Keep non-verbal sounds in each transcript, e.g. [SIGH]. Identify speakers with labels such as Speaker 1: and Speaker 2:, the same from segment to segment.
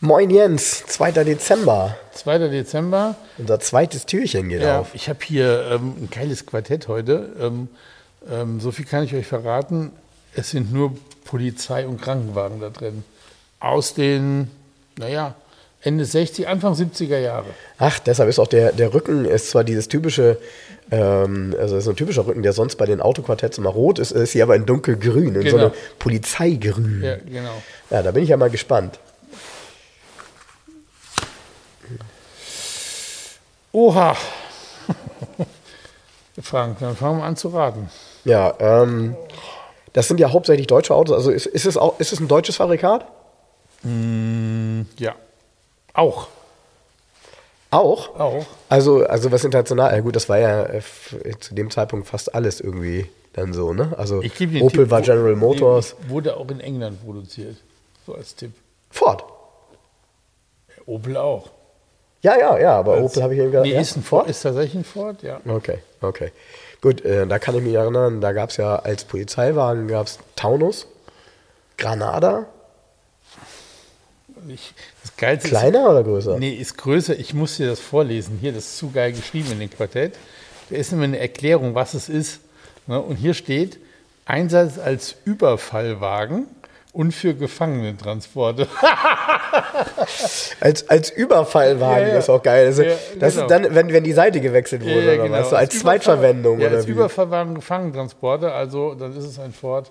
Speaker 1: Moin Jens, 2. Dezember.
Speaker 2: 2. Dezember.
Speaker 1: Unser zweites Türchen geht
Speaker 2: Ja,
Speaker 1: auf.
Speaker 2: ich habe hier ähm, ein geiles Quartett heute. Ähm, ähm, so viel kann ich euch verraten. Es sind nur Polizei und Krankenwagen da drin. Aus den, naja, Ende 60, Anfang 70er Jahre.
Speaker 1: Ach, deshalb ist auch der, der Rücken, ist zwar dieses typische, ähm, also ist so ein typischer Rücken, der sonst bei den Autoquartetts immer rot ist, ist hier aber in dunkelgrün, in so
Speaker 2: Genau.
Speaker 1: einem Polizeigrün.
Speaker 2: Ja,
Speaker 1: Ja.
Speaker 2: genau.
Speaker 1: da bin ich ja mal gespannt.
Speaker 2: Oha. [LAUGHS] Frank, dann fangen wir an zu raten.
Speaker 1: Ja, ähm, das sind ja hauptsächlich deutsche Autos, also ist, ist, es, auch, ist es ein deutsches Fabrikat?
Speaker 2: Ja. Auch.
Speaker 1: Auch?
Speaker 2: Auch.
Speaker 1: Also, also was international, ja gut, das war ja äh, f- zu dem Zeitpunkt fast alles irgendwie dann so, ne? Also
Speaker 2: Ich gebe dir einen
Speaker 1: Opel
Speaker 2: Tipp,
Speaker 1: war
Speaker 2: wo-
Speaker 1: General
Speaker 2: nee,
Speaker 1: Motors,
Speaker 2: Wurde auch in England produziert. So als Tipp.
Speaker 1: Ford.
Speaker 2: Opel auch.
Speaker 1: Ja, ja, ja, aber
Speaker 2: Als-
Speaker 1: Opel habe ich eben gerade.
Speaker 2: Nee,
Speaker 1: ja?
Speaker 2: ist ein Ford. Ist tatsächlich ein Ford, ja.
Speaker 1: Okay, okay. Gut, äh, da kann ich mich erinnern, da gab es ja als Polizeiwagen gab's Taunus, Granada,
Speaker 2: Ich, das Geilste ist-
Speaker 1: kleiner oder größer?
Speaker 2: Nee, ist größer. Ich muss dir das vorlesen. Hier, das ist zu geil geschrieben in dem Quartett. Da ist nämlich eine Erklärung, was es ist. ne? Und hier steht, Einsatz als Überfallwagen und
Speaker 1: [LAUGHS]
Speaker 2: für Gefangenentransporte.
Speaker 1: Als, als Überfallwagen
Speaker 2: Ja, ja.
Speaker 1: ist auch geil. Also,
Speaker 2: Ja,
Speaker 1: das
Speaker 2: genau.
Speaker 1: ist dann, wenn, wenn die Seite gewechselt wurde, oder was? So als
Speaker 2: Überfall-
Speaker 1: Zweitverwendung
Speaker 2: ja,
Speaker 1: oder
Speaker 2: als
Speaker 1: wie?
Speaker 2: Überfallwagen Gefangenentransporte. Also, dann ist es ein Ford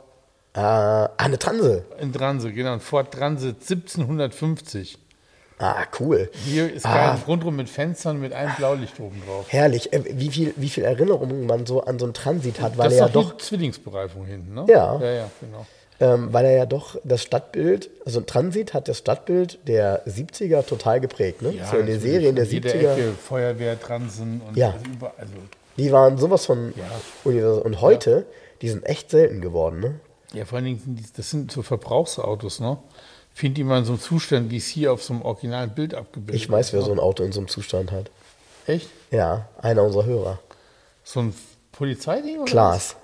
Speaker 1: Ah, eine Transe.
Speaker 2: in Transit, genau, ein Ford Transit 1750.
Speaker 1: Ah, cool.
Speaker 2: Hier ist
Speaker 1: Ah.
Speaker 2: ah. rundrum mit Fenstern mit einem Blaulicht oben drauf.
Speaker 1: Herrlich, Äh, wie viel, wie viel Erinnerungen man so an so einen Transit hat, weil
Speaker 2: das
Speaker 1: er
Speaker 2: ist
Speaker 1: ja
Speaker 2: auch
Speaker 1: doch,
Speaker 2: die Zwillingsbereifung hinten, ne?
Speaker 1: Ja.
Speaker 2: Ja, ja, genau.
Speaker 1: ähm, weil er ja doch das Stadtbild, also ein Transit hat das Stadtbild der 70er total geprägt, ne? so in den
Speaker 2: natürlich.
Speaker 1: Serien der
Speaker 2: An jeder
Speaker 1: 70er.
Speaker 2: Ecke, Feuerwehr, Transen und
Speaker 1: Ja.
Speaker 2: also überall. Also,
Speaker 1: Die waren sowas von
Speaker 2: Ja.
Speaker 1: universal. Und heute, die sind echt selten geworden, ne?
Speaker 2: ja, vor allen Dingen, sind die- das sind so Verbrauchsautos, ne? Findet die mal in so einem Zustand, wie es hier auf so einem originalen Bild abgebildet
Speaker 1: Ich weiß,
Speaker 2: ist,
Speaker 1: wer
Speaker 2: ne?
Speaker 1: so ein Auto in so einem Zustand hat.
Speaker 2: Echt?
Speaker 1: Ja, einer unserer Hörer.
Speaker 2: So ein Polizeiding? Oder
Speaker 1: Klaas.
Speaker 2: was?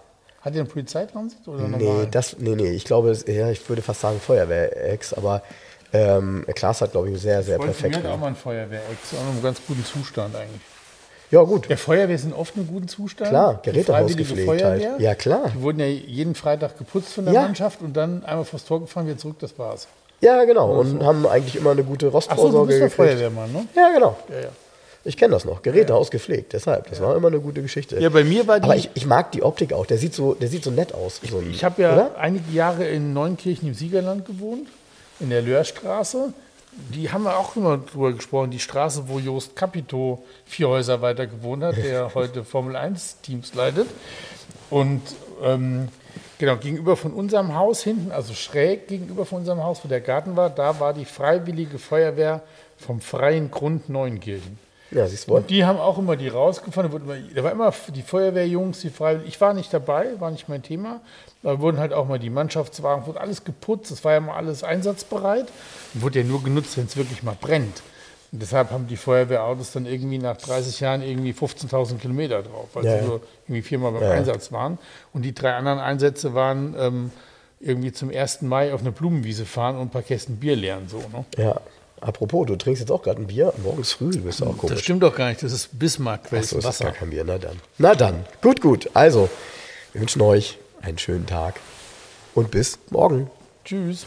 Speaker 2: Hat der einen Polizeitransit oder
Speaker 1: Nee,
Speaker 2: normal?
Speaker 1: das, nee, nee, ich glaube, es- ja, ich würde fast sagen Feuerwehr-Ex, aber ähm, Klaas hat, glaube ich, sehr, sehr
Speaker 2: Wollte
Speaker 1: perfekt.
Speaker 2: mir hat auch mal ein Feuerwehrex, auch in einem ganz guten Zustand eigentlich.
Speaker 1: Ja, gut.
Speaker 2: Ja, Feuerwehr sind oft in einem guten Zustand.
Speaker 1: Klar,
Speaker 2: Die
Speaker 1: Gerätehausgepflegt
Speaker 2: Freiwillige
Speaker 1: halt.
Speaker 2: Feuerwehr,
Speaker 1: Ja, klar.
Speaker 2: Die wurden ja jeden Freitag geputzt von der
Speaker 1: Ja.
Speaker 2: Mannschaft und dann einmal vors Tor gefahren, wieder zurück, das war's.
Speaker 1: Ja, genau. Und haben eigentlich immer eine gute
Speaker 2: Achso, du
Speaker 1: Rostvorsorge
Speaker 2: bist der
Speaker 1: gekriegt.
Speaker 2: Feuerwehrmann, ne?
Speaker 1: Ja, genau.
Speaker 2: Ja, ja.
Speaker 1: Ich kenne das noch. Gerätehaus gepflegt, deshalb. Das war immer eine gute Geschichte.
Speaker 2: Ja, bei mir war die-
Speaker 1: Aber ich, ich mag die Optik auch. Der sieht so, der sieht so nett aus. So ein,
Speaker 2: Ich habe ja
Speaker 1: Oder?
Speaker 2: einige Jahre in Neunkirchen im Siegerland gewohnt, in der Löhrstraße. Die haben wir auch immer drüber gesprochen, die Straße, wo Jost Capito vier Häuser weiter gewohnt hat, der heute Formel 1 Teams leitet. Und ähm, genau, gegenüber von unserem Haus hinten, also schräg gegenüber von unserem Haus, wo der Garten war, da war die Freiwillige Feuerwehr vom Freien Grund Neunkirchen.
Speaker 1: Ja, siehst du wohl.
Speaker 2: Und die haben auch immer die rausgefahren. Da, wurde immer, da war immer die Feuerwehrjungs, die Freiwilligen. Ich war nicht dabei, war nicht mein Thema. Da wurden halt auch mal die Mannschaftswagen, wurde alles geputzt. Es war ja mal alles einsatzbereit. Und wurde ja nur genutzt, wenn es wirklich mal brennt. Und deshalb haben die Feuerwehrautos dann irgendwie nach 30 Jahren irgendwie 15.000 Kilometer drauf, weil
Speaker 1: Ja,
Speaker 2: sie
Speaker 1: ja.
Speaker 2: nur irgendwie viermal beim Einsatz waren. Und die drei anderen Einsätze waren ähm, irgendwie zum 1. Mai auf eine Blumenwiese fahren und ein paar Kästen Bier leeren. So, ne?
Speaker 1: Ja, apropos, du trinkst jetzt auch gerade ein Bier. Morgens früh, du bist auch
Speaker 2: Das
Speaker 1: komisch.
Speaker 2: stimmt doch gar nicht. Das ist Bismarck,
Speaker 1: Ach so,
Speaker 2: welches
Speaker 1: es ist
Speaker 2: Wasser.
Speaker 1: gar kein Bier. Na dann. Na dann. Gut, gut. Also, wir wünschen euch einen schönen Tag und bis morgen.
Speaker 2: Tschüss.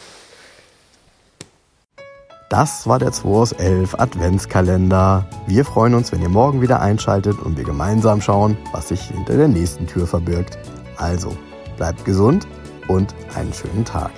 Speaker 3: Das war der 2 aus 11 Adventskalender. Wir freuen uns, wenn ihr morgen wieder einschaltet und wir gemeinsam schauen, was sich hinter der nächsten Tür verbirgt. Also, bleibt gesund und einen schönen Tag.